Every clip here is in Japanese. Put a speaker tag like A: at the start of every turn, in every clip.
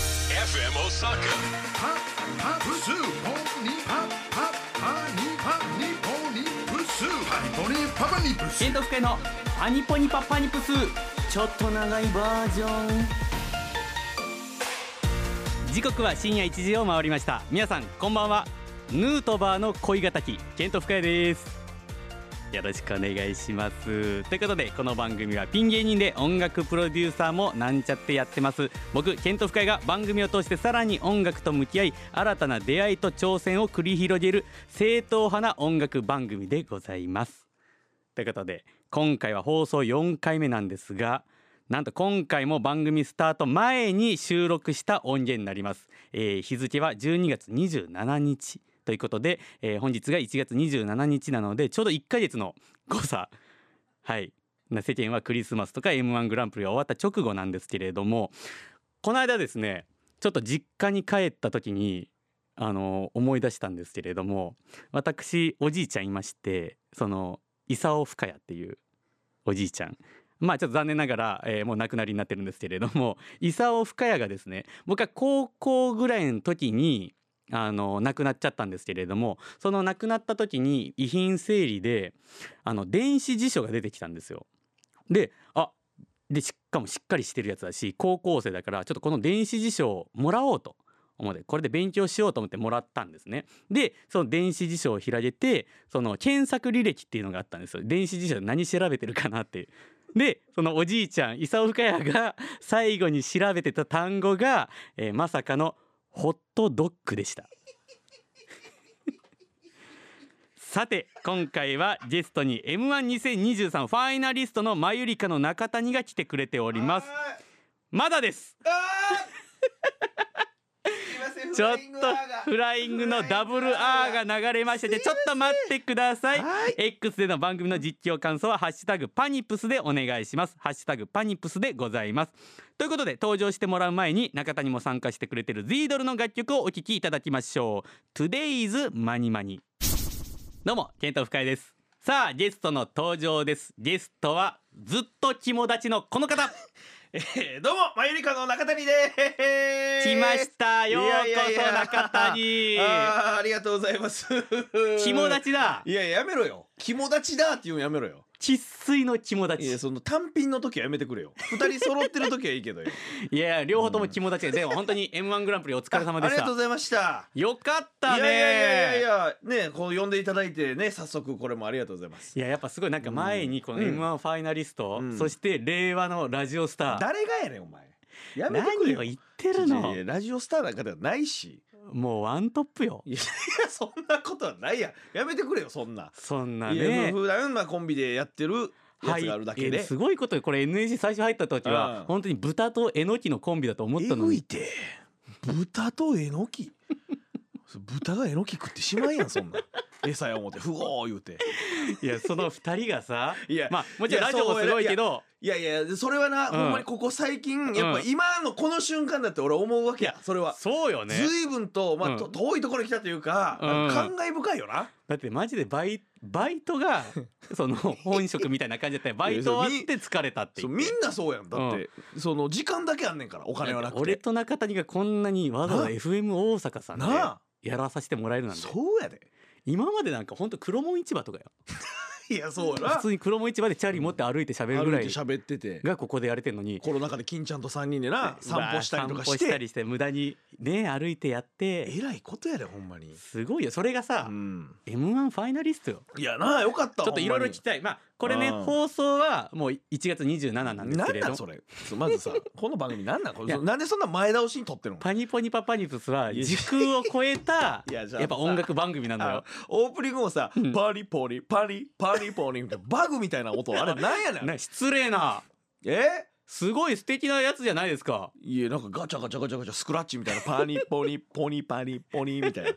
A: FM Osaka.
B: パパプスポニパパパニパニポニプスパニポニパパニプス
C: ケントフケのパニポニパパニプスちょっと長いバージョン時刻は深夜1時を回りました皆さんこんばんはヌートバーの恋敵ケントフカですよろしくお願いしますということでこの番組はピン芸人で音楽プロデューサーもなんちゃってやってます僕ケントフカが番組を通してさらに音楽と向き合い新たな出会いと挑戦を繰り広げる正統派な音楽番組でございますということで今回は放送4回目なんですがなんと今回も番組スタート前に収録した音源になります、えー日付は12月27日ということで、えー本日が1月27日なのでちょうど1ヶ月の誤差はいな世間はクリスマスとか m 1グランプリが終わった直後なんですけれどもこの間ですねちょっと実家に帰った時にあの思い出したんですけれども私おじいちゃんいましてその伊佐尾深谷っていうおじいちゃんまあちょっと残念ながら、えーもう亡くなりになってるんですけれども 伊佐尾深谷がですね僕は高校ぐらいの時にあの亡くなっちゃったんですけれどもその亡くなった時に遺品整理であの電子辞書が出てきたんですよ。であでしかもしっかりしてるやつだし高校生だからちょっとこの電子辞書をもらおうと思ってこれで勉強しようと思ってもらったんですね。でその電子辞書を開けてその検索履歴っていうのがあったんですよ電子辞書で何調べてるかなっていう。でそのおじいちゃん伊佐深谷が最後に調べてた単語が、えーまさかのホットドッグでした。 さて今回はゲストに m 1 2 0 2 3ファイナリストのマユリカの中谷が来てくれておりますまだですちょっとフライングのダブル R が流れましててちょっと待ってください X での番組の実況感想はハッシュタグパニプスでお願いしますハッシュタグパニプスでございますということで登場してもらう前に中谷も参加してくれてる Z ドルの楽曲をお聴きいただきましょう Today's マニマニどうも健太深井ですさあゲストの登場ですゲストはずっと肝立ちのこの方
D: えーどうもマユリカの中谷です
C: 来ましたようこ
D: いやいやい
C: そ
D: や
C: 中谷
D: あーありがとうございます
C: 肝立ちだ
D: いややめろよ肝立ちだっていうのやめろよ
C: 生粋の肝立
D: いや
C: ち
D: その単品の時はやめてくれよ二人揃ってる時はいいけどよ
C: いやいや両方とも肝立ちででも本当に M1 グラン プリお疲れ様で
D: あり
C: し
D: がとうご
C: た
D: ざいました
C: よかった
D: い
C: ね
D: やいやいやいやねこう呼んでいただいてね早速これもありがとうございます
C: いややっぱすごいなんか前にこの M1 ファイナリスト、
D: うん
C: そして令和のラジオスター
D: 誰がやねんお前やめてくれ
C: 何
D: よ
C: を言ってるの
D: いやいやラジオスターなんかではないし
C: もうワントップよ
D: いやいやそんなことはないやんやめてくれよそんな
C: そんない
D: や
C: ね
D: 普段まあコンビでやってるやつがあるだけ
C: はいい
D: で、
C: やすごいことよこれ NAC 最初入った時は、
D: うん
C: 本当に豚とえのきのコンビだと思っ
D: え
C: たの
D: ぐ
C: に
D: いて豚とえのきそ豚がえのき食ってしまいやんそん なん餌や思ってふおー言うて
C: いやその二人がさ
D: いや
C: まあもちろん
D: いや
C: ラジオもすごいけど
D: いやいやそれはな、
C: うん
D: ほんまにここ最近やっぱ
C: うん
D: 今のこの瞬間だって俺思うわけやそれは、
C: そうよね
D: 随分と,、まあ
C: うん
D: と遠いところに来たというか、
C: うん
D: なんか感慨深いよな、
C: だってマジでバイバイト がその本職みたいな感じだったよバイト終わって疲れたって
D: そう
C: 言っ
D: み
C: て
D: んなそうやんだって、その時間だけあんねんからお金はなくて
C: 俺と中谷がこんなにわざわざ
D: な
C: FM 大阪さんで
D: な
C: やらさせてもらえる
D: あ
C: なんて
D: そうやで
C: 今までなんかほんと黒門市場とかよ
D: いやそうやな
C: 普通に黒門市場でチャリ持って歩いて喋るぐ
D: 歩
C: ら
D: いて
C: い
D: 喋ってて
C: がここでやれてんのに
D: コロナ禍で金ちゃんと3人でな散歩したりとか
C: うわ
D: し
C: 散歩した
D: て
C: りして無駄にね歩いてやって
D: えらいことやでほんまに、
C: すごいよそれがさ、
D: うん、
C: m 1ファイナリストよ
D: いやなよかった
C: ちょっといろいろ聞き
D: 来
C: たいまあこれね
D: うん
C: 放送はもう1月27なんですけれ
D: な
C: ど
D: んなんそれそうまず さこの番組なんなんこれそなんでそんな前倒しに撮ってるの
C: パニポニパパニプスは時空を超えた
D: いやじゃあ
C: やっぱ音楽番組なんだ
D: あ。
C: よ
D: オープニングもさ「
C: ん
D: パリポリパリパリポリ」みたいなバグみたいな音あれ なんやねん
C: ね失礼な
D: え
C: すごい素敵なやつじゃないですか。
D: いやなんかガチャガチャガチャガチャスクラッチみたいな「パリポリポニパリポニ」み たいな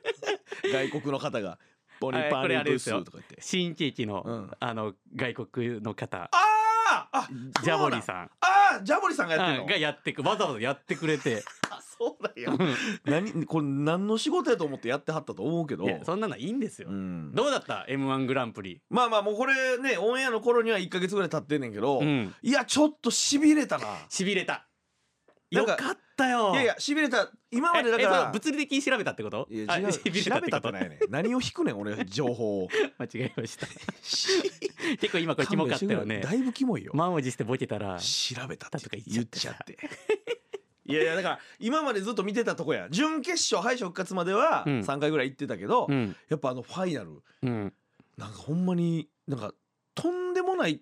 D: 外国の方が「ポニ
C: はい
D: パ
C: これ
D: リ
C: あれ
D: ブ
C: で
D: ス
C: すよ」
D: とか言って
C: 新喜劇の、
D: うん
C: あの外国の方
D: あーあ
C: ジャボリ
D: ん
C: さん
D: あージャボリさんがやってる
C: う
D: の
C: んがやってくわざわざやってくれて
D: あそうだよ。何これ何の仕事やと思ってやってはったと思うけど。
C: いやそんなのいいんですよ。
D: うん
C: どうだった M1 グランプリ。
D: まあまあもうこれねオンエアの頃には1か月ぐらい経ってんねんけど、
C: うん。
D: いやちょっとしびれたな。
C: しびれた。よ
D: なん
C: か
D: か
C: ったよ
D: いやいやしびれた今ま
C: え
D: でだか
C: えその
D: ら
C: 物理的に調べたってこと
D: いや
C: あ
D: 違う
C: しびれ
D: 調べたって
C: こ
D: ないね何を引くねん俺情報を
C: 間違えました結構今これキモかったよ
D: 勘弁して
C: ね
D: くれだいぶキモいよ
C: 満を持してボケたら
D: 調べた
C: とか
D: って
C: 言
D: 言
C: っ
D: っ
C: ち
D: ち
C: ゃ
D: ゃっ
C: っ
D: てていやいやだから今までずっと見てたとこや準決勝敗者復活までは
C: うん
D: 3回ぐらい行ってたけど、
C: うん
D: やっぱあのファイナル
C: うん
D: なんかほんまになんかとんでもない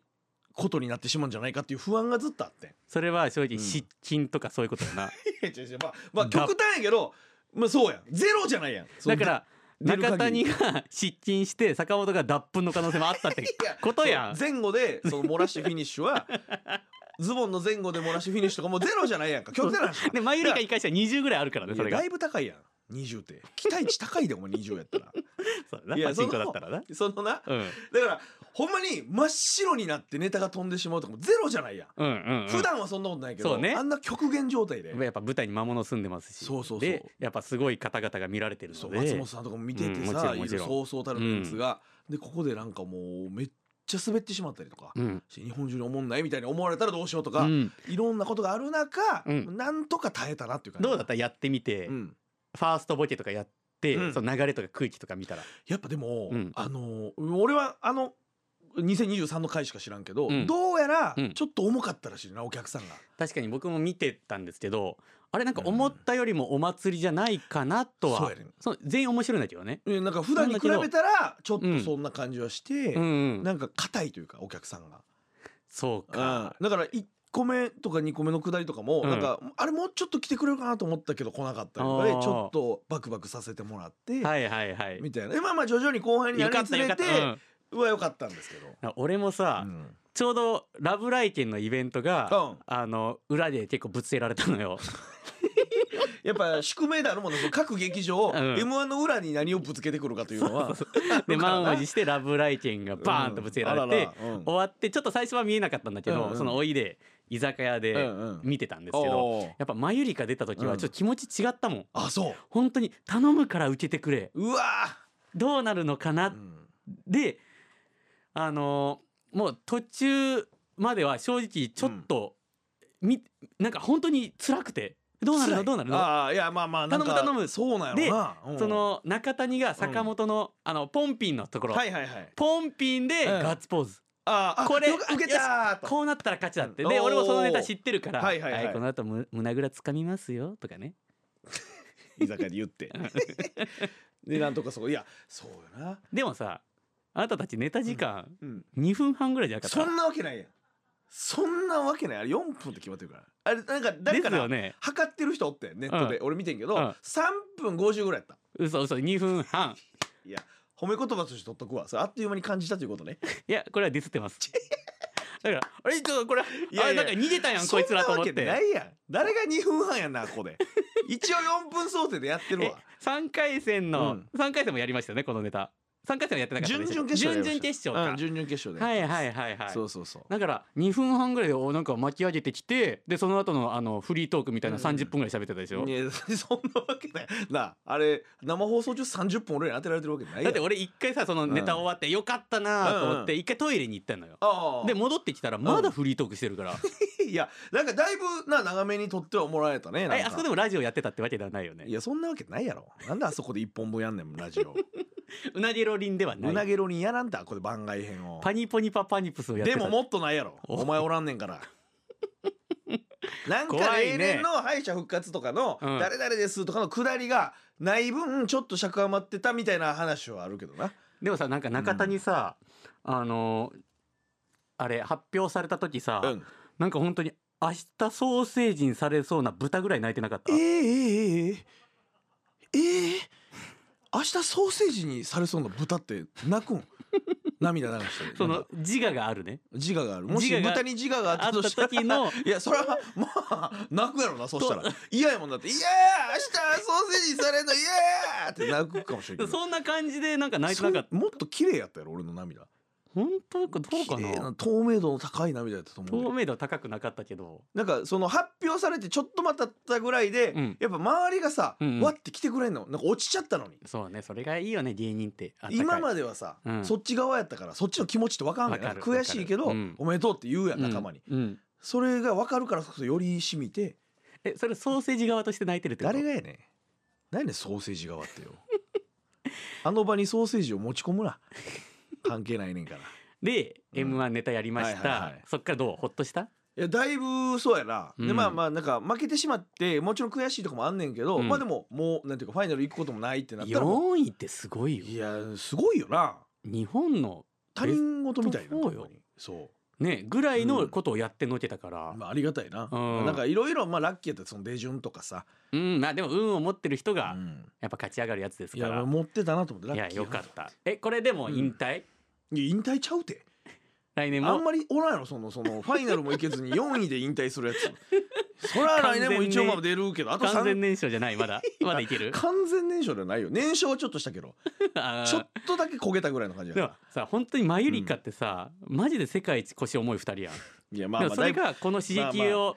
D: ことになってしまうんじゃないかっていう不安がずっとあってん
C: それは正直
D: うん
C: 失禁とかそういうことだな
D: いや違う違うまあ、まあ、極端やけどまあそうやんゼロじゃないやん その
C: だから
D: 出る限り
C: 中谷が失禁して坂本が脱粉の可能性も あったってことやん
D: そう前後でその漏らしてフィニッシュは ズボンの前後で漏らしてフィニッシュとかもうゼロじゃないやんか極端な 話
C: で前よりかに関しては20ぐらいあるからねそれ
D: いや
C: が
D: だいぶ高いやん20って期待値高いでお前20やった ら
C: そうだない
D: や
C: パチンコだったらな
D: そのな
C: うん
D: だからほんまに真っ白になってネタが飛んでしまうとかもゼロじゃないやん、
C: うんうんうん
D: 普段はそんなことないけど
C: そうね
D: あんな極限状態で
C: やっぱ舞台に魔物住んでますし
D: そうそうそう
C: でやっぱすごい方々が見られてる
D: そ
C: の
D: う
C: で
D: 松本さんとかも見て
C: うん
D: て
C: もち
D: さ、
C: ろん
D: い
C: もち
D: る
C: ろん
D: そうそうたるメンツが、でここでなんかもうめっちゃ滑ってしまったりとか、
C: うん
D: して日本中に思んないみたいに思われたらどうしようと
C: う
D: か、
C: ん、
D: いろんなことがある中、
C: うん
D: なんとか耐えたなっていう感じ
C: どうだったやってみて、
D: うん、
C: ファーストボケとかやって、
D: うん
C: その流れとか空気とか見たら
D: やっぱでも、
C: うん
D: あの俺はあの2023の回しか知らんけど、
C: うん
D: どうやら
C: うん
D: ちょっと重かったらしいなお客さんが。
C: 確かに僕も見てたんですけどあれなんか思ったよりもお祭りじゃないかなとは、
D: そうやねん
C: その全員面白いんだけどね、
D: えなんか普段に比べたらちょっとそんな感じはして、
C: うんうん
D: なんか硬いというかお客さんが。
C: そう
D: うん
C: か、
D: だから1個目とか2個目の下りとかも、
C: うん
D: なんかあれもうちょっと来てくれるかなと思ったけど来なかったりとかでち
C: あー
D: ょっとバクバクさせてもらって、
C: はいはいはい
D: みたいなでまあまあ徐々に後半にな
C: よ
D: り
C: か
D: に
C: った
D: つ
C: よか
D: れ
C: った
D: て、
C: うん
D: うわよかったんですけど。
C: あ俺もさ、
D: うん
C: ちょうど「ラブライケン」のイベントが、
D: うん
C: あの裏で結構ぶつけられた のよ
D: やっぱ宿命であるものその各劇場、
C: うん
D: m 1の裏に何をぶつけてくるかというのは
C: で満を持
D: し
C: して「ラブライケン」がバーンとぶつけられて、
D: うん
C: 終わってちょっと最初は見えなかったんだけど、
D: うんうん
C: そのおいで居酒屋
D: うん
C: で
D: うん
C: 見てたんですけど、
D: おー
C: やっぱ「マユリカ」出た時はちょっと気持ち違ったもん、
D: あそう
C: 本当に頼むから受けてくれ
D: うわ
C: どうなるのかな
D: ー、うん
C: であのーもう途中までは正直ちょっと、みなんか本当に辛くてどうなる
D: 辛
C: の
D: い
C: どうなるの
D: ああいやまあまあなんか
C: 頼む頼む
D: そうなんやろなうん
C: その中谷が坂本の、あのポンピンのところ、
D: はいはいはい
C: ポンピンで
D: うん
C: ガッツポーズ、
D: あーあ
C: これ
D: よか受けたーと
C: こうなったら勝ちだって、
D: うん
C: で
D: おー
C: 俺もそのネタ知ってるから「は
D: はいいはいはい
C: この後む胸ぐらつかみますよ」とかね
D: 居酒屋で言って でなんとかそこいやそうよな、
C: でもさあなたたちネタ時間
D: うん、
C: 2分半ぐらいじゃなかった、
D: そんなわけないやんそんなわけないあれ4分って決まってるからあれなんか誰
C: で
D: か
C: すよ
D: ら
C: ね
D: 測ってる人おってんネットで、俺見てんけど、
C: うん
D: 3分50ぐらいやった
C: 嘘嘘2分半
D: いや褒め言葉として取っとくわそれあっという間に感じたということね
C: いやこれはディスってますだからあれちょっとこれ
D: いやいや
C: あれなんか逃げたやん
D: そ
C: こ
D: ん
C: いつら
D: な
C: と思
D: わ
C: っ
D: けな
C: て
D: いやん誰が2分半やんなここ で一応4分想定でやってる
C: え
D: わ
C: 3回戦の、
D: うん
C: 三回戦もやりましたよねこのネタ3回戦はやってなかった
D: 準
C: でしょ
D: 々決勝やりました
C: 準々決勝か、
D: うん準々決勝で、
C: はいはいはいはい
D: そうそうそう
C: だから2分半ぐらいでおなんか巻き上げてきてでその後のあのフリートークみたいな
D: うん
C: 30分ぐらい喋ってたでしょ、
D: いや そんなわけないなああれ生放送中30分俺らに当てられてるわけない
C: だ
D: や
C: って
D: ん
C: 俺一回さそのネタ終わってよかったなと思って一回トイレに行ったのよ、
D: ああ
C: で戻ってきたらまだフリートークしてるから、
D: いやなんかだいぶな長めに撮ってはもらえたねなん
C: え
D: か
C: あそこでもラジオやってたってわけではないよね
D: いやそんなわけないやろなんであそこで一本分やんねんラジ オ
C: うなげろりんではな
D: う
C: い
D: なげろにやらんだこれ番外編を
C: パニポニパパニプスをやって
D: で
C: た
D: ももっとないやろ
C: お
D: お前おらんねん からなんか
C: 怖い
D: 例
C: ね
D: 年の敗者復活とかの「
C: うん
D: 誰々です」とかのくだりがない分ちょっと尺余ってたみたいな話はあるけどな
C: でもさなんか中田にさ、あのーあれ発表された時さ、
D: うん
C: なんか本当に明日ソーセージにされそうな豚ぐらい泣いてなかっ
D: ええええ
C: た
D: ええええ明日ソーセージにされそうな豚って泣 くん涙流して
C: そ
D: なん
C: の
D: か
C: 自我があるね
D: 自我があるもし
C: 自我が
D: 豚に自我があった
C: あっ
D: と
C: た
D: したら
C: 時の
D: いやそれはまあ泣くやろなそうしたら嫌やもんだって「いやー明日ソーセージされるのいやー!」って泣くかもしれないけど
C: そんな感じでなんか泣いてなかった
D: そんもっと綺麗やったやろ俺の涙
C: 本当かどうか
D: 綺麗
C: な
D: 透明度の高い涙やったと思う
C: 透明度は高くなかったけど
D: なんかその発表されてちょっと待ったぐらいで、
C: うん
D: やっぱ周りがさ、
C: うんうん
D: わって来てくれんのなんか落ちちゃったのに
C: そうねそれがいいよね芸人ってあったかい
D: 今まではさ、
C: うん
D: そっち側やったからそっちの気持ちって分からんねん
C: わかる
D: 悔しいけど、
C: わかるうん
D: おめでとうって言うやん仲間に、
C: うんうん
D: それが分かるからこそより染みて
C: えそれソーセージ側として泣いてるってこと
D: 誰がやねん何やねんソーセージ側ってよ あの場にソーセージを持ち込むな関係ないねんからい
C: で、
D: うん
C: m 1ネタやりました、
D: はいはいはい
C: そっからどうほっとした
D: やだいぶそうやな、
C: う
D: で
C: ん
D: まあまあなんか負けてしまってもちろん悔しいとこもあんねんけど、
C: うん
D: まあでももうなんていうかファイナル行くこともないってなったらもう
C: 4位ってすごいよ
D: いやすごいよな
C: 日本の
D: 他人事みたいな
C: ベストフォーよ
D: ほんまにそう
C: ねぐらいのことをやってのけたから、
D: まあありがたいな、
C: うん
D: なんかいろいろまあラッキーやったらその出順とかさ、
C: うんまあでも運を持ってる人
D: う
C: が
D: ん、
C: やっぱ勝ち上がるやつです
D: い
C: か
D: や
C: ら、
D: 持ってたなと思ってラ
C: い
D: ッ
C: や
D: キー
C: よ
D: な
C: かったえこれでも引
D: い
C: 退、
D: や引退ちゃうて
C: 来年
D: あ
C: も
D: んまりおらんやろそのそのファイナルも行けずに4位で引退するやつそら来年も一応まあ出るけどあと
C: 完全
D: 3
C: 燃焼じゃない まだまだいける
D: 完全燃焼ではないよ燃焼はちょっとしたけど
C: あー
D: ちょっとだけ焦げたぐらいの感じやから
C: でもさ本当にマユリカってさ、マジで世界一腰重い二人やん、
D: いやまあま
C: でも
D: あ
C: そ
D: だ
C: れ
D: いぶ
C: がこの刺激を、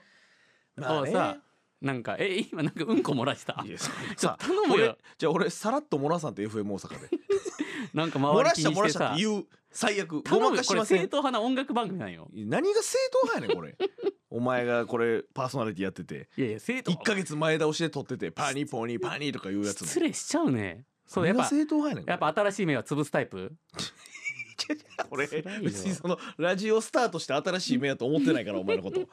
D: まあね
C: をさなんかえ今なんかうんこ漏らした
D: いやそ
C: ちょっ
D: さ
C: と頼む
D: 俺
C: よ
D: じゃあ俺さらっと漏らさんと FM 大阪で
C: なんか
D: 漏
C: 周り
D: ら
C: 気
D: した漏
C: にし
D: ら
C: て
D: した
C: さ
D: って言う最悪ご
C: 頼
D: まか
C: むよ
D: し
C: こ
D: ま
C: れ
D: せ
C: 正
D: ん
C: 統派な音楽番組なんよ
D: 何が正統派やねんこれお前がこれパーソナリティやって て
C: いやいや正統
D: 1ヶ月前倒しで撮っててパニーポニーパニーとかいうやつ
C: 失
D: も
C: 礼しちゃうねそうやっ
D: 何が
C: ぱ
D: 正統派やねんこれ
C: やっぱ新しい目は潰すタイプ
D: これ
C: 辛いよ
D: 別にそのラジオスターとして新しい目やと思ってないからお前の こと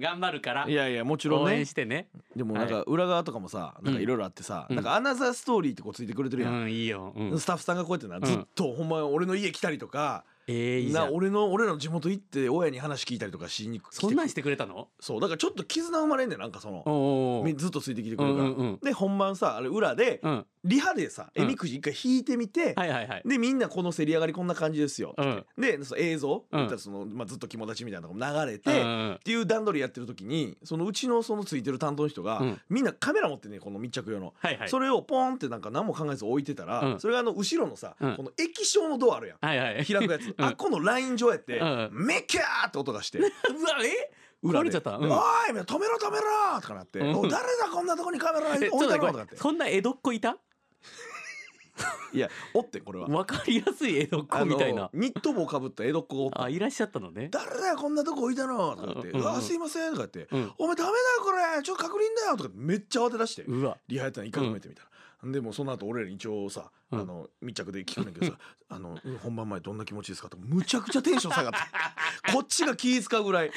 C: 頑張るから
D: いやいやもちろん
C: 応
D: ね
C: 援してね
D: でもなんか裏側とかもさなんかいろいろあってさ、
C: うん
D: なんかアナザーストーリーってこうついてくれて
C: う
D: るやん、
C: んいいよ、うん、
D: スタッフさんがこうやってな、
C: ん
D: ずっとほんま俺の家来たりとか、
C: ええいいじゃ
D: なん俺の俺らの地元行って親に話聞いたりとかしに来て
C: そんなんしてくれたの
D: そうだからちょっと絆生まれんねんなんかその
C: おお
D: みずっとついてきてく
C: う
D: れる
C: んう
D: から、
C: んうん
D: で本番さあれ裏で
C: うん
D: リハでさ
C: うん
D: えみくじ一回引いてみて、
C: はいはいはい
D: でみんなこのせり上がりこんな感じですよ、
C: うん
D: でその映像、
C: うん
D: 言ったらそのまあ、ずっと友達みたいなのが流れ
C: うん
D: て、
C: う
D: っ
C: ん
D: ていう段取りやってる時にそのうちのそのついてる担当の人が、
C: うん
D: みんなカメラ持ってねこの密着用の、
C: はいはい
D: それをポンってなんか何も考えず置いてたら、
C: うん
D: それがあの後ろのさ、
C: うん
D: この液晶のドアあるやん
C: はいはい
D: 開くやつ、
C: うん
D: あっこのライン上やって、
C: うん
D: メキャーって音がして
C: うわえ
D: 裏
C: 壊
D: で
C: れちゃった、うん
D: おいみんな止めろ止めろ!」とかなって「
C: うん
D: おい誰だこんなとこにカメラ置
C: え
D: い
C: ちょっと
D: た
C: 待
D: の?」とか
C: ってこ
D: って
C: れそんな江戸っ子いた
D: いやおってこれは。
C: わかりやすい江戸っ子みたい
D: あ
C: な
D: のニット帽かぶった江戸っ子がおった
C: あいらっしゃったのね
D: 誰だよこんなとこ置いたのとか言って「
C: うんうん
D: うわすいません」とか言って
C: うん
D: 「お前ダメだよこれちょっと確認だよ」とかってめっちゃ慌て出して
C: うわ
D: リハやったの一回止めてみたら、でもうその後俺らに一応さ、
C: うん
D: あの密着で聞くねんだけどさ「あの本番前どんな気持ちですか?」とかむちゃくちゃテンション下がって こっちが気使うぐらい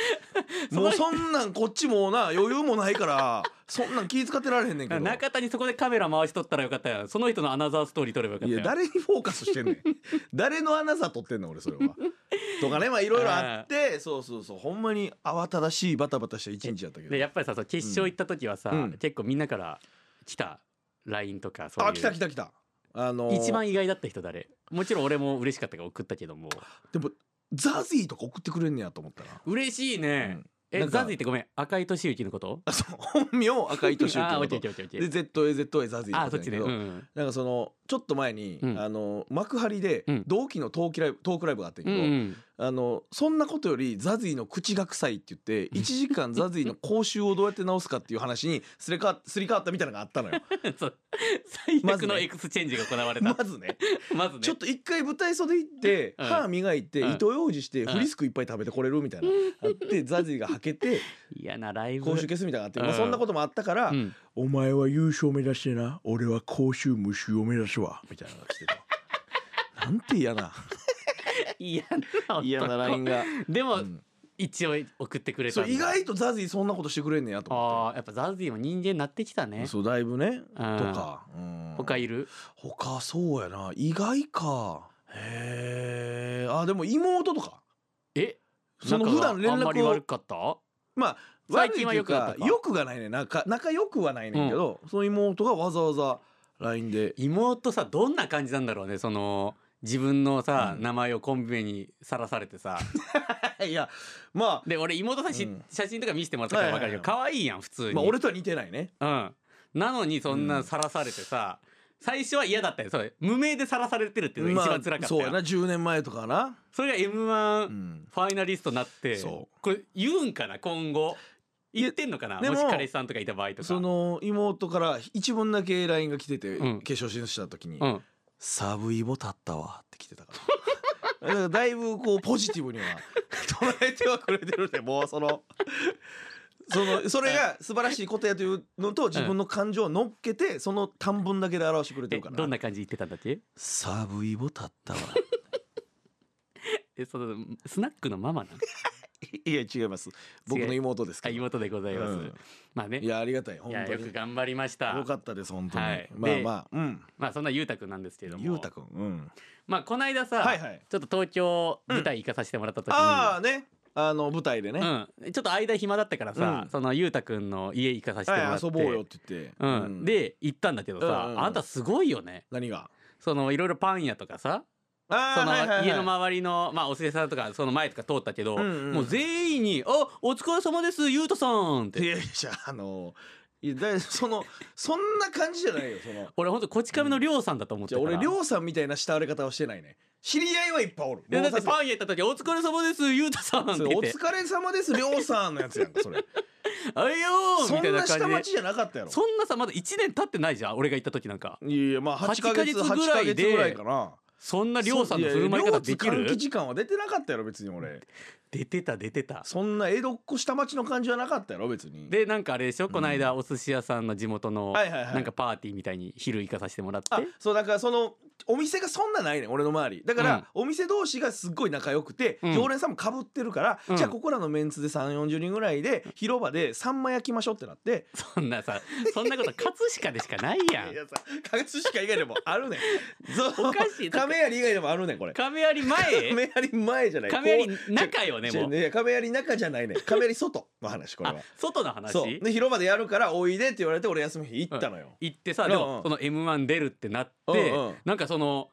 D: もうそんなんこっちもうな余裕もないからそんなん気使ってられへんねんけど。
C: 中田にそこでカメラ回しとったらよかったよその人のアナザーストーリー撮ればよかっ
D: い
C: たよ
D: や誰にフォーカスしてんねん 誰のアナザー撮ってんの俺それは。とかねまあいろいろあ ってそうそうそうほんまに慌ただしいバタバタした一日やったけど
C: でやっぱりさそう決勝行った時はさ、
D: うん
C: 結構みんなから来た LINE とかそういう
D: あ来た来た来たあのー
C: 一番意外だった人誰もちろん俺も嬉しかったから送ったけども
D: でもザズィーとか送ってくれんねやと思ったな、
C: 嬉しいね、え
D: なんか
C: ザズィってごめん赤井俊之のこと
D: あそう本名赤井俊之
C: あーオ
D: の
C: ッケー
D: こと
C: オッケーオッケーオッケ
D: で
C: ー
D: ZAZA ザズィ
C: あ
D: の
C: ー
D: こ
C: そ
D: と
C: っち
D: やねんけ
C: ね
D: ど
C: うん
D: なんかそのちょっと前に、
C: うん
D: あの幕張で
C: うん
D: 同期の冬季ライブトークライブがあってん
C: う
D: け
C: ん
D: ど、
C: うん
D: あのそんなことよりザズィの口が臭いって言って1時間ザズィの口臭をどうやって直すかっていう話にすれかわすり替わったみたいなのがあったのよ
C: そう最
D: ま
C: 悪
D: ず
C: の
D: ね
C: エクスチェンジが行われた
D: ま
C: まず,、
D: ずね
C: ね
D: ちょっと一回舞台袖行って
C: うん
D: 歯磨いて
C: うん
D: 糸ようじして
C: うん
D: フリスクいっぱい食べてこれるみたいなあってザズィがはけ て
C: 嫌なライブ
D: 口臭消すみたいなのがあって
C: うん
D: まあそんなこともあったから
C: うん
D: 「お前は優勝目指してな俺は口臭無臭を目指すわ」みたいなのが 来てた。なんて嫌な
C: 嫌な
D: 嫌なラインが、
C: でも、
D: うん
C: 一応送ってくれた
D: そ
C: ん
D: う
C: だ
D: 意外とザズィそんなことしてくれんねやと思
C: ああやっぱザズィも人間になってきた
D: って
C: ね
D: そうだいぶね
C: と
D: とか、うん
C: 他いる
D: 他そうやな意外かへえあでも妹とか
C: え
D: その
C: 仲
D: 普
C: が
D: 段連
C: あんまり
D: 絡
C: 悪
D: を
C: かった
D: まあ
C: 最近は良くなったか
D: 悪いというよくがないね仲仲良くはないねんけど、その妹がわざわざ LINE で
C: 妹さどんな感じなんだろうねその自分のさ、
D: うん
C: 名前をコンビ名にさらされて さ
D: いやま
C: で俺妹さんし、
D: うん
C: 写真とか見せてもらったから分かるけど
D: は
C: 可愛いやん普通
D: あ、
C: に、
D: まあ、俺とは似てないね
C: うんなのにそん
D: う
C: なんさらされてさ、最初は嫌だったよそれ無名でさらされてるっていうのが一番辛か
D: まあ、
C: った
D: そう
C: よ、
D: やな10年前とかな、
C: それが m 1、
D: うん、
C: ファイナリストになって
D: そ
C: これ言うんかな今後
D: いや
C: 言ってんのかなも
D: でも
C: し彼氏さんとかいた場合とか
D: その妹から一文だけ LINE が来てて、
C: うん
D: 化粧進出した時に、
C: うん、
D: サブイボ立ったわって来てたからだからだいぶこうポジティブには捉えてはくれてるんでもうそのそのそれが素晴らしいことやというのと自分の感情を乗っけてその短文だけで表してくれて
C: え
D: るから
C: どんな感じ言ってたんだっけ
D: サブイボ立ったわ
C: えそのスナックのママなの
D: いや違います僕の妹です
C: あ
D: けど
C: 妹でございます、
D: うん
C: まあね
D: いやありがたい本
C: いや
D: 当
C: よく
D: に
C: 頑張りました
D: よかったです本当に、
C: はい
D: まあ
C: で
D: まあうん
C: まあそんなゆうたくんなんですけれども
D: ゆうたくん、うん、
C: まあこの間さ、
D: はいはい
C: ちょっと東京舞台行かさせてもらった時に、
D: ああねあの舞台でね、
C: うん、ちょっと間暇だったからさ、
D: うん
C: そのゆうたくんの家行かさせてもら
D: は
C: っ
D: い
C: て、
D: 遊ぼうよって言って、
C: うんで行ったんだけどさ、
D: うんうんうん
C: あんたすごいよね
D: 何が
C: そのいろいろパン屋とかさ
D: あー
C: その
D: はいはいはい
C: 家の周りの、まあ、お寿司屋さんとかその前とか通ったけど、
D: うんうん
C: もう全員に「あお疲れ様ですゆうたさん」っ
D: い
C: て
D: やいやあのいやだそのそんな感じじゃないよその
C: 俺ほんとこち亀のりょうさんだと思っ
D: じ
C: て
D: ゃあ
C: たから
D: 俺りょうさんみたいな慕われ方をしてないね知り合いはいっぱいおる
C: いやだって
D: もうさ
C: パン屋行った時「お疲れ様ですゆうたさん」って
D: それ
C: 言
D: お
C: って
D: 疲れ様ですりょうさんのやつやんかそ れ
C: 「あいよー」
D: そ
C: みたい
D: ん
C: な
D: な下
C: 感じ
D: 町
C: で
D: じゃなかったやろ
C: そんなさまだ1年経ってないじゃん俺が行った時なんか
D: いやいやまあ8ヶ月
C: 8
D: 8
C: ヶ
D: ヶ月
C: 月ぐらいで
D: ぐらいかな
C: そんなりょうさんの振る舞い方でき
D: いやいやりょうって
C: る
D: 換気時間は出てなかったやろ別に俺
C: 出てた出てた
D: そんな江戸っ子下町の感じはなかったやろ別に
C: でなんかあれでしょこの間お寿司屋さんの地元の
D: はいはいはい
C: なんかパーティーみたいに昼行かさせてもらって
D: あそうだからそのお店がそんなないねん俺の周りだから、お店同士がすっごい仲良くて、
C: うん
D: 常連さんもかぶってるから、
C: うん
D: じゃあここらのメンツで3 4 0人ぐらいで広場でサンマ焼きましょうってなって、
C: そんなさそん なこと葛飾でしかないやん
D: いやさ葛飾以外でもあるねん
C: おかしい
D: 亀有以外でもあるねんこれ
C: 亀有前
D: 亀有前じゃない
C: 亀
D: こ
C: 有中よ
D: う
C: ね
D: じゃ
C: もう
D: ね亀有中じゃないねん亀有外の話これ
C: あ
D: は
C: 外の
D: そう
C: 話
D: で広場でやるからおいでって言われて俺休み日行ったのよ、
C: 行ってさ
D: うん
C: で
D: うん
C: もその m 1出るってなっ
D: うんう
C: て
D: ん
C: なんかその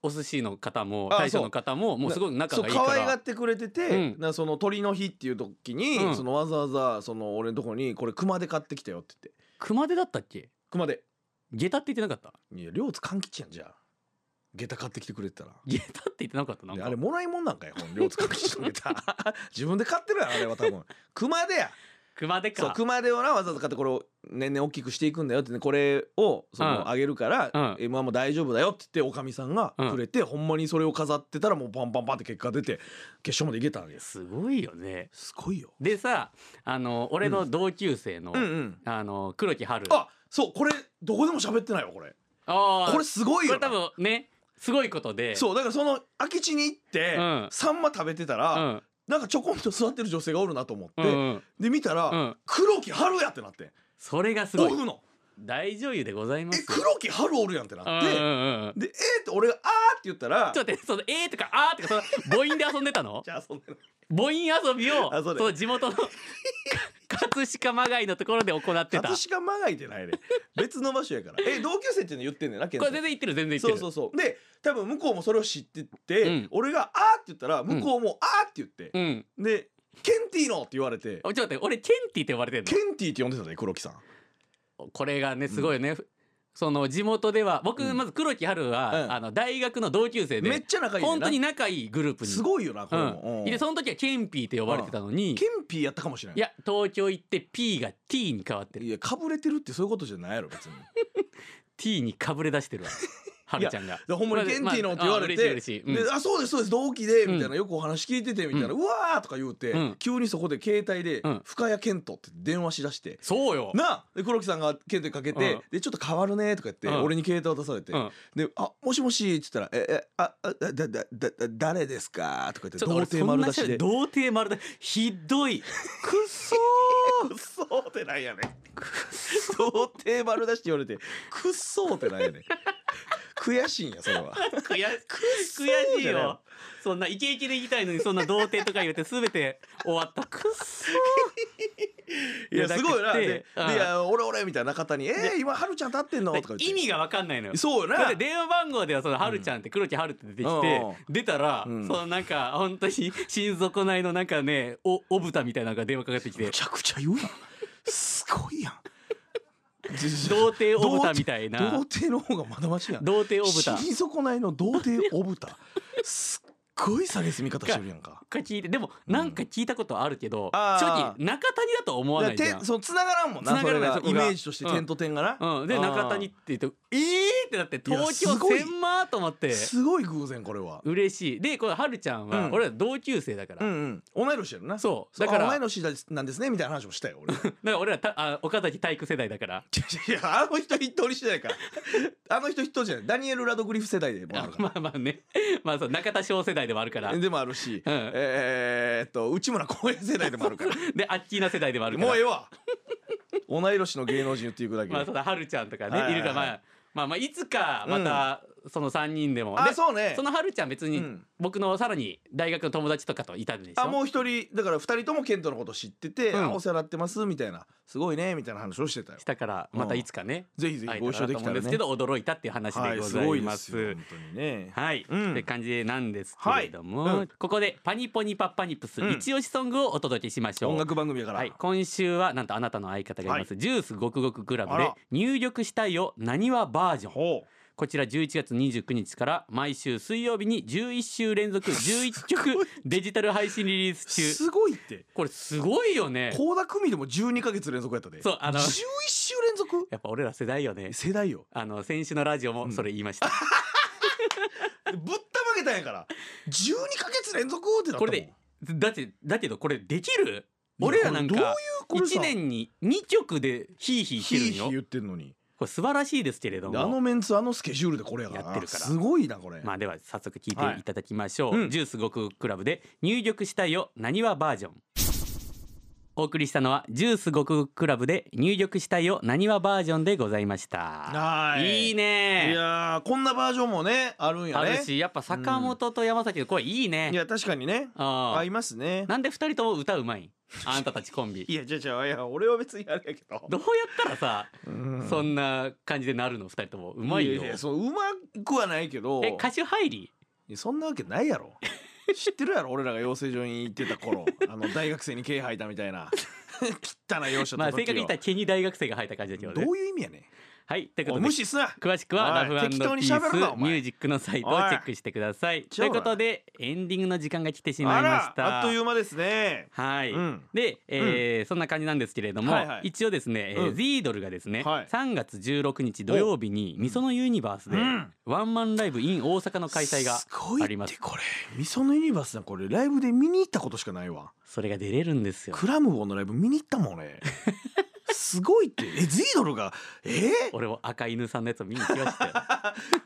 C: お寿司の方も
D: あ
C: 大将の方ももうすごく仲
D: そう
C: がいいか
D: 可愛が
C: ら
D: ってくれてて、
C: うん
D: なその鳥の日っていう時に、
C: うん
D: そのわざわざその俺のとこにこれ熊で買ってきたよって言って
C: 熊手だったっけ
D: 熊で
C: 下駄って言ってなかった
D: いや両津勘吉やんじゃあ下駄買ってきてくれてたら
C: 下駄って言ってなかったなん
D: で
C: か
D: あれもらいもんなんかよこの両津勘吉の下駄 自分で買ってるやろあれは多分熊でや
C: 熊手
D: そう
C: か
D: 熊でをなわざわざ買ってこれを年々大きくしていくんだよってねこれをそ
C: うん
D: のあげるから、
C: うん
D: m 1も大丈夫だよって言っておかみさんが
C: うん
D: くれて、ほんまにそれを飾ってたらもうパンパンパンって結果出て決勝までいけたんです
C: すごいよね
D: すごいよ
C: でさあの俺の同級生の、
D: うんうん
C: あの黒木春
D: あそうこれどこでも喋ってないわこれ
C: あー
D: これすごいよ
C: これ
D: な
C: 多分ねすごいことで
D: そうだからその空き地に行って、
C: うん
D: サンマ食べてたら、
C: うん
D: なんかちょこんと座ってる女性がおるなと思って、
C: うんうん
D: で見たら、
C: うん
D: 黒木春やってなって
C: それがすご
D: オ
C: い
D: フの
C: 大女優でございま
D: え
C: すよ
D: 黒木春おるやんってなって、
C: うんうんうん
D: でえー、って俺が「あー」って言ったら
C: ちょっと待ってそのえーとかあーとかその母音で遊んで たの
D: じゃあそんなの
C: 母音遊びを
D: あ
C: そ
D: そうだ
C: の 地元の葛飾まがいのところで行ってたこ
D: 葛飾まがいて ないね別の場所やからえ同級生っていうの言ってんねんな健
C: れ
D: 太
C: 全然言ってる全然
D: そ
C: 言
D: う
C: って
D: そ
C: る
D: うそうで多分向こうもそれを知ってて、
C: うん
D: 俺が「あー」って言ったら向こうも「あー」って言って、
C: うん
D: で「ケンティーノ」って言われて
C: おちょっと待って俺ケンティって呼ばれてる
D: ケンティーって呼んでたね黒木さん
C: のこれがねすごいよね、その地元では僕
D: うん
C: まず黒木春は、
D: うん
C: あの大学の同級生で
D: めっちゃ仲いいねん
C: 本
D: な
C: 当に仲いいグループに
D: すごいよなこれ
C: う
D: も、
C: ん、
D: うん
C: でその時はケンピーって呼ばれてたのに、
D: ケンピーやったかもしれない
C: いや東京行って P が T に変わってる
D: いやかぶれてるってそういうことじゃないやろ 別に
C: T にかぶれ 出してるわはるちゃんが
D: でほんまにケンティーのって言われ
C: まああ
D: て、
C: 嬉しい嬉しいうん
D: であそうですそうです同期でみたいな、よくお話聞いててみたいな、
C: う
D: うんわーとか言うて、
C: うん
D: 急にそこで携帯で、
C: うん
D: 深谷健人って電話しだして、
C: そうよ
D: なあで黒木さんがケントにかけて、
C: うん
D: でちょっと変わるねとか言って、
C: うん
D: 俺に携帯渡されて、
C: うん
D: で「あもしもし」って言ったら「ええああだだだだ誰ですか?」とか言って
C: ちょっと
D: 童
C: 俺そ
D: 貞
C: ん
D: 丸
C: な
D: 出
C: 人
D: しで
C: で童貞丸出しひどいくっそ
D: くっそーってなんやねん。くっそーって丸出して言われて、くっそーってなんやねん。悔しいんや、それは。
C: ー
D: そー
C: 悔し
D: じゃない
C: 悔しいよそんなイケイケで行きたいのにそんな童貞とか言って全て終わったくっそー
D: いや、すごいな。で、で
C: うん
D: いや、俺俺みたいな方に、えー、今、はるちゃん立ってんのとか言って。
C: 意味が分かんないのよ
D: そうよ
C: だっ
D: な
C: て。電話番号ではその春ちゃんって黒木春って出てき
D: うん
C: て
D: うん
C: 出たら
D: うん
C: そのなんか本当に心底ないのなんかねおおぶたみたいなのが電話かかってきて
D: めちゃくちゃ言うやん。すごいや ん。
C: 童貞おぶたみたいな
D: 童貞童貞の方がまだましやん。
C: 童貞おぶた
D: 死に損ないの童貞おぶた。すっごい下げすみ方してるやんか。
C: か聞いてでもなんか聞いたことあるけど、
D: あー
C: 正直中谷だと思わないじゃ
D: て
C: ん。
D: そう繋がらんもんな
C: 繋がらない
D: それが
C: そ
D: イ
C: こが
D: メージとして点と点がな、
C: うん、で
D: あー
C: 中谷って言うと「えー!」ってなって東
D: い
C: 京
D: やすごい
C: 千万と思って
D: すごい偶然これは、
C: 嬉しいでこのはるちゃんは
D: うん
C: 俺ら同級生だから、
D: うんうん同い年やろな
C: そう
D: だ
C: だ
D: か
C: からら
D: 同い年なんですねみたいな話もしたよ 俺い
C: だから俺らたあ岡崎体育世代だから
D: やいやあの人一人じゃないからあの人一人じゃないダニエル・ラドグリフ世代でもあるか
C: まあまあね まあそう中田翔世代でもあるから
D: らでもあるし、
C: うん
D: えー、っと内村光栄世代でもある から
C: でアッキーナ世代でもあるから
D: もうええわ同い年の芸能人言っていくだけ、
C: まあそうだはるちゃんとかね、
D: はいはい
C: い
D: はい
C: るからまあまあまあいつかまたその3人でも、
D: あ
C: で
D: そうね
C: そのはるちゃん別
D: う
C: に
D: ん
C: 僕のさらに大学の友達とかといたんでしょ
D: あもう一人だから二人ともケントのこと知ってて、
C: うん
D: あお世話になってますみたいなすごいねみたいな話をしてたよ
C: したからまたいつかね、
D: ぜひぜひ
C: 会え
D: ご一緒で
C: たら
D: き
C: と思
D: た
C: う
D: ら
C: んで
D: ね
C: すけど驚いたっていう話でございます。
D: は
C: はいい
D: すごいですよ本当にねうん
C: って感じなんですけれども、
D: はいうん
C: ここで「パニポニパッパニプス」
D: うん
C: 一押しソングをお届けしましょう。
D: 音楽番組やから、
C: はい、今週はなんとあなたの相方がいます、ジュースごくごくクラブ
D: あ
C: で
D: ら
C: 入力したいよなにわバージョン
D: ほう
C: こちら11月29日から毎週水曜日に11週 連続11曲デジタル配信リリース中
D: すごいって
C: これすごいよね
D: 倖田來未でも12か月連続やったで
C: そうあの
D: 11週連続
C: やっぱ俺ら世代よね
D: 世代よ
C: あの先週のラジオもそれ言いました、
D: ぶったまけたんやから12か月連続ってなったもん
C: これでだってだけどこれできる
D: いや
C: 俺らなん
D: これどういう
C: か
D: これさ
C: 1年に2曲でヒーヒー
D: ヒーヒ
C: 言ってる
D: ー
C: んよ
D: 言ってんのに
C: これ素晴らしいですけれ
D: あ
C: ど
D: の
C: も
D: メンツあのスケジュールでこれやから
C: やってるから
D: すごいなこれ、
C: まあでは早速聞いていただきましょう、
D: はいうん
C: ジュースごくクラブで入力したいよなにわバージョンお送りしたのはジュースごくクラブで入力したいよなにわバージョンでございました
D: はい
C: いいね
D: いやーこんなバージョンもねあるんや
C: あ
D: ね
C: るしやっぱ坂本と山崎の声いいね、
D: いや確かにね
C: あ
D: 合
C: あ
D: いますね
C: なんで二人とも歌うまいんあんたたちコンビ
D: いやじゃあじゃあいや俺は別にあれやけど
C: どうやったらさ
D: うん
C: そんな感じでなるの二人ともうまいよ
D: ややそううまくはないけど
C: え歌手入り
D: いやそんなわけないやろ知ってるやろ俺らが養成所に行ってた 頃あの大学生に毛吐いたみたいな汚い容赦
C: ま
D: と
C: あ正
D: 時
C: 確に言
D: よ
C: ったら毛に大学生が入った感じだけどね
D: どういう意味やね
C: はいというこ
D: お
C: と
D: い
C: で
D: 無視すな
C: 詳しくは
D: おい
C: ラフピ
D: 適当
C: ー
D: に
C: ス
D: 喋るなお
C: ミ
D: 前
C: ュージックのサイトをチェックしてください
D: ち
C: と
D: ょ
C: い
D: おいう
C: ことでエンディングの時間が来てしま
D: あ
C: いま
D: ら
C: し
D: あ
C: た
D: っという間ですね
C: はい、
D: うん
C: で、えーそんな感じなんですけれども、
D: はいはい
C: 一応ですね、えー
D: うん
C: ズイードルがですね、
D: はい
C: 3月16日土曜日にみそのユニバースで
D: うん
C: ワンマンライブ in 大阪の開催が
D: すごい
C: ありま
D: っ
C: す
D: てこれみそのユニバースなこれライブで見に行ったことしかないわ
C: それが出れるんですよ
D: クラムボーのライブ見に行ったもん ねすごいってえズイドルがえー、
C: 俺も赤犬さんのやつを見に行きましたよ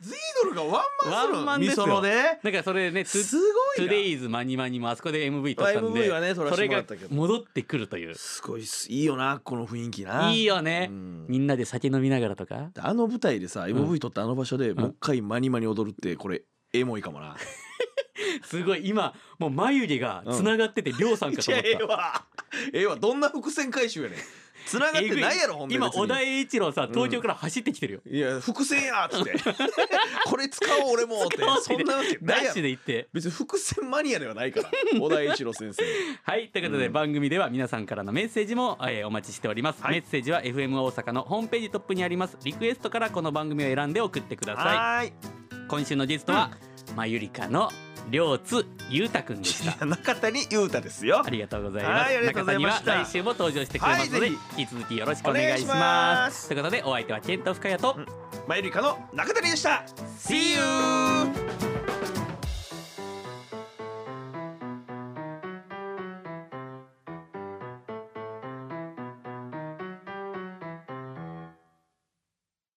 D: ズイドルがワンマンする
C: ワンマンで
D: み
C: すよ
D: そのです
C: だからそれでねト ゥ
D: すご
C: ト
D: い
C: ゥ
D: な
C: デイズマニマニもあそこで MV 撮ったんで、
D: MV はね撮らせて
C: それ
D: もら
C: が
D: ったけど
C: 戻ってくるという
D: すごいっすいいよなこの雰囲気ない
C: いよね、
D: うん
C: みんなで酒飲みながらとか
D: あの舞台でさ MV 撮ったあの場所で
C: ん
D: もう一回マニマニ踊るってこれエ モいかもな
C: すごい今もう眉毛がつながっててりょうさんかと思った、
D: わええわどんな伏線回収やねん繋がっ
C: え
D: て
C: ぐい
D: ないやろほんで
C: 今
D: 別に
C: 小田栄一郎さ東京から走ってきてるよ、
D: いや伏線やっつって これ使おう俺もって
C: 使おうって
D: そんなわけ
C: ダ
D: ない
C: ッ
D: や
C: シ
D: ろ
C: ュで行って
D: 別に伏線マニアではない から小田栄一郎先生
C: はいということで
D: うん
C: 番組では皆さんからのメッセージも、えーお待ちしております、メッセージは FM 大阪のホームページトップにありますリクエストからこの番組を選んで送ってくださ
D: はーい
C: い今週のゲストは、まゆりかのりょうつゆうたくんでした
D: 中谷裕太ですよ
C: ありがとうございます。
D: はいありがとうございました
C: 中谷は来週も登場してくれますので、
D: はいぜ
C: 引き続きよろしくお願いします。
D: お願いします
C: ということで、お相手はケント深谷と、
D: マユリカの中谷でした
C: See you!